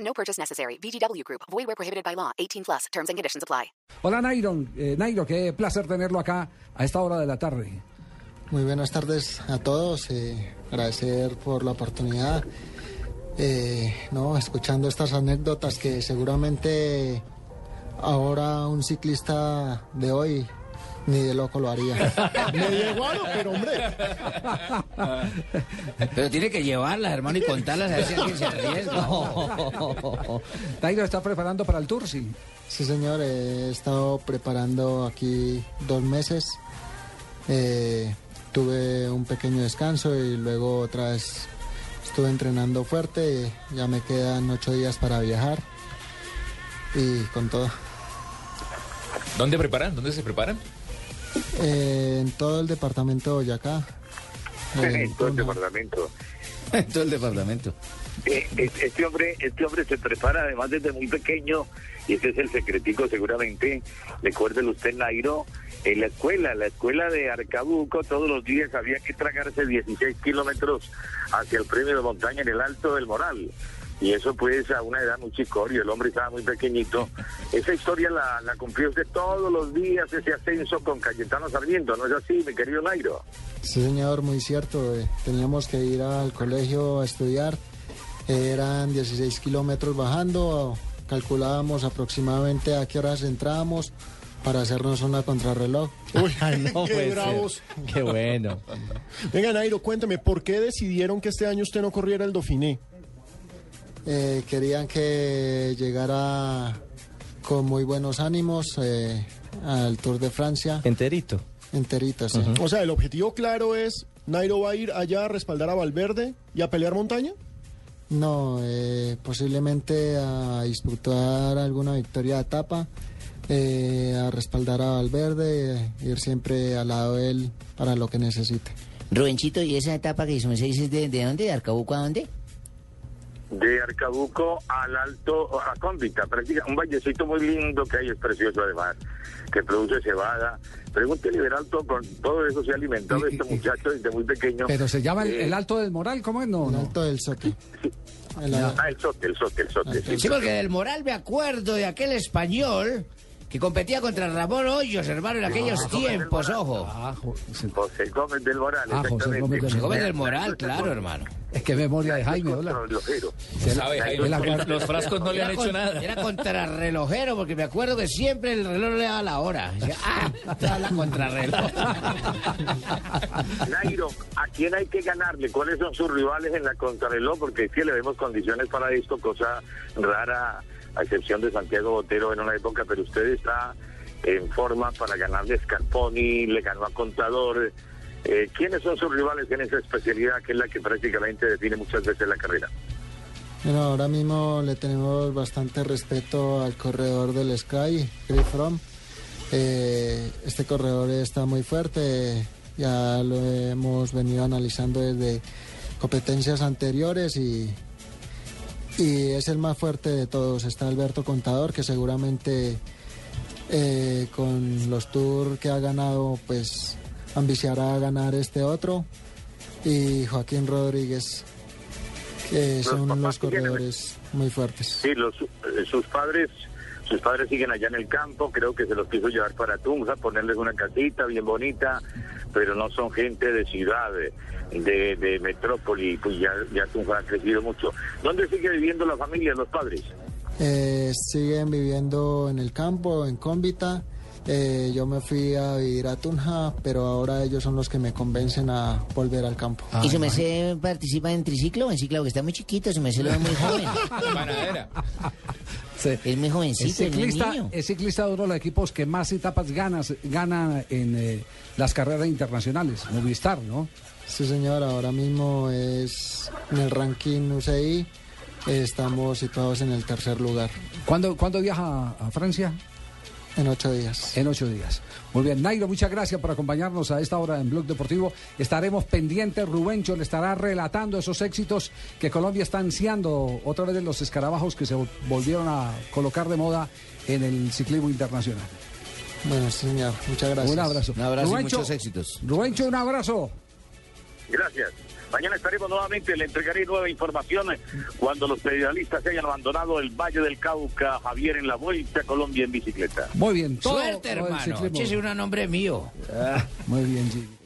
No purchase necessary. VGW Group. Void where prohibited by law. 18 plus. Terms and conditions apply. Hola Nairo, eh, Nairo, qué placer tenerlo acá a esta hora de la tarde. Muy buenas tardes a todos. eh, agradecer por la oportunidad. Eh, no, escuchando estas anécdotas que seguramente ahora un ciclista de hoy ni de loco lo haría. Pero tiene que llevarlas, hermano, y contarlas a ver si alguien se arriesga. Nairo está preparando para el Tour, sí. Sí, señor, eh, he estado preparando aquí dos meses. Eh, tuve un pequeño descanso y luego otra vez estuve entrenando fuerte. Ya me quedan ocho días para viajar y con todo. ¿Dónde preparan? ¿Dónde se preparan? Eh, en todo el departamento de Boyacá. Eh, en todo el departamento. En todo el departamento. Eh, eh, Este hombre, este hombre se prepara además desde muy pequeño y ese es el secretico seguramente, recuérdelo usted Nairo, en la escuela, la escuela de Arcabuco, todos los días había que tragarse 16 kilómetros hacia el premio de montaña en el Alto del Moral. Y eso pues a una edad muy chicorio, el hombre estaba muy pequeñito. Esa historia la, la cumplió usted todos los días, ese ascenso con Cayetano Sarmiento, ¿no es así, mi querido Nairo? Sí, señor, muy cierto. eh, teníamos que ir al colegio a estudiar. Eran 16 kilómetros bajando. Calculábamos aproximadamente a qué horas entrábamos para hacernos una contrarreloj. Qué bravos. Qué bueno. Venga, Nairo, cuéntame, ¿por qué decidieron que este año usted no corriera el Dauphiné? Eh, querían que llegara con muy buenos ánimos eh, al Tour de Francia. Enterito. Enterita, sí. O sea, el objetivo claro es, Nairo va a ir allá a respaldar a Valverde y a pelear montaña. No, eh, posiblemente a disputar alguna victoria de etapa, eh, a respaldar a Valverde, eh, ir siempre al lado de él para lo que necesite. Rubenchito, ¿y esa etapa que son seis es de, de dónde? ¿De Arcabuco a dónde? de Arcabuco al Alto a Cóndita, práctica, un vallecito muy lindo que hay, es precioso además, que produce cebada. Pregúntele Beraldo, con todo eso se ha alimentado este muchacho desde muy pequeño. Pero se llama el, el Alto del Moral, ¿cómo es? No, En no. Alto del Soque. El- Ah, el sote, el sote, el Ah, sote. Sí, porque del Moral me acuerdo de aquel español que competía contra Ramón Hoyos, hermano, en Ah, aquellos tiempos, ojo. Ah, jo- sí. José Gómez del Moral, Ah, José exactamente. Gómez del Se come del Moral, claro, hermano. Es que memoria de Jaime, hola. Controlero. ¿Sabe, Jairo? de la- El- los frascos no le han Era hecho con- nada. Era contrarrelojero, porque me acuerdo que siempre el reloj le daba la hora. Decía, ah, está la contrarreloj. Nairo, ¿a quién hay que ganarle? ¿Cuáles son sus rivales en la contrarreloj? Porque es que le vemos condiciones para esto, cosa rara, a excepción de Santiago Botero en una época, pero usted está en forma para ganarle a Scarponi, le ganó a Contador. Eh, ¿Quiénes son sus rivales en esa especialidad que es la que prácticamente define muchas veces la carrera? Bueno, ahora mismo le tenemos bastante respeto al corredor del Sky, Chris Froome. Eh, este corredor está muy fuerte, ya lo hemos venido analizando desde competencias anteriores y, y es el más fuerte de todos. Está Alberto Contador, que seguramente eh, con los tours que ha ganado, pues ambiciará a ganar este otro. Y Joaquín Rodríguez, que Los son papás unos que tienen- corredores muy fuertes. Sí, los, eh, sus padres sus padres siguen allá en el campo, creo que se los quiso llevar para Tunja, ponerles una casita bien bonita, pero no son gente de ciudad, de, de- de metrópoli, pues ya, ya Tunja ha crecido mucho. ¿Dónde sigue viviendo la familia, los padres? Eh, siguen viviendo en el campo, en Cómbita. Eh, yo me fui a vivir a Tunja, pero ahora ellos son los que me convencen a volver al campo. ¿Y su merced participa en triciclo o en ciclo? Que está muy chiquito, su merced lo ve muy joven. Panadera. Sí. Es muy jovencito, Es es muy ciclista, niño. es ciclista de uno de los equipos que más etapas ganas, gana en eh, las carreras internacionales, Movistar, ¿no? Sí, señor, ahora mismo es en el ranking UCI eh, estamos situados en el tercer lugar ¿Cuándo, cuándo viaja a- a Francia? en ocho días. En ocho días. Muy bien, Nairo, muchas gracias por acompañarnos a esta hora en Blog Deportivo. Estaremos pendientes. Rubencho le estará relatando esos éxitos que Colombia está ansiando otra vez de los escarabajos que se vol- volvieron a colocar de moda en el ciclismo internacional. Bueno, señor, muchas gracias. Un abrazo. Un abrazo y Rubencho, muchos éxitos. Rubencho, un abrazo. Gracias. Mañana estaremos nuevamente, le entregaré nueva información cuando los pedalistas hayan abandonado el Valle del Cauca, Javier en la Vuelta a Colombia en bicicleta. Muy bien. todo Suerte, lo del hermano. ciclismo. Échese un nombre mío. Muy bien, Gigi.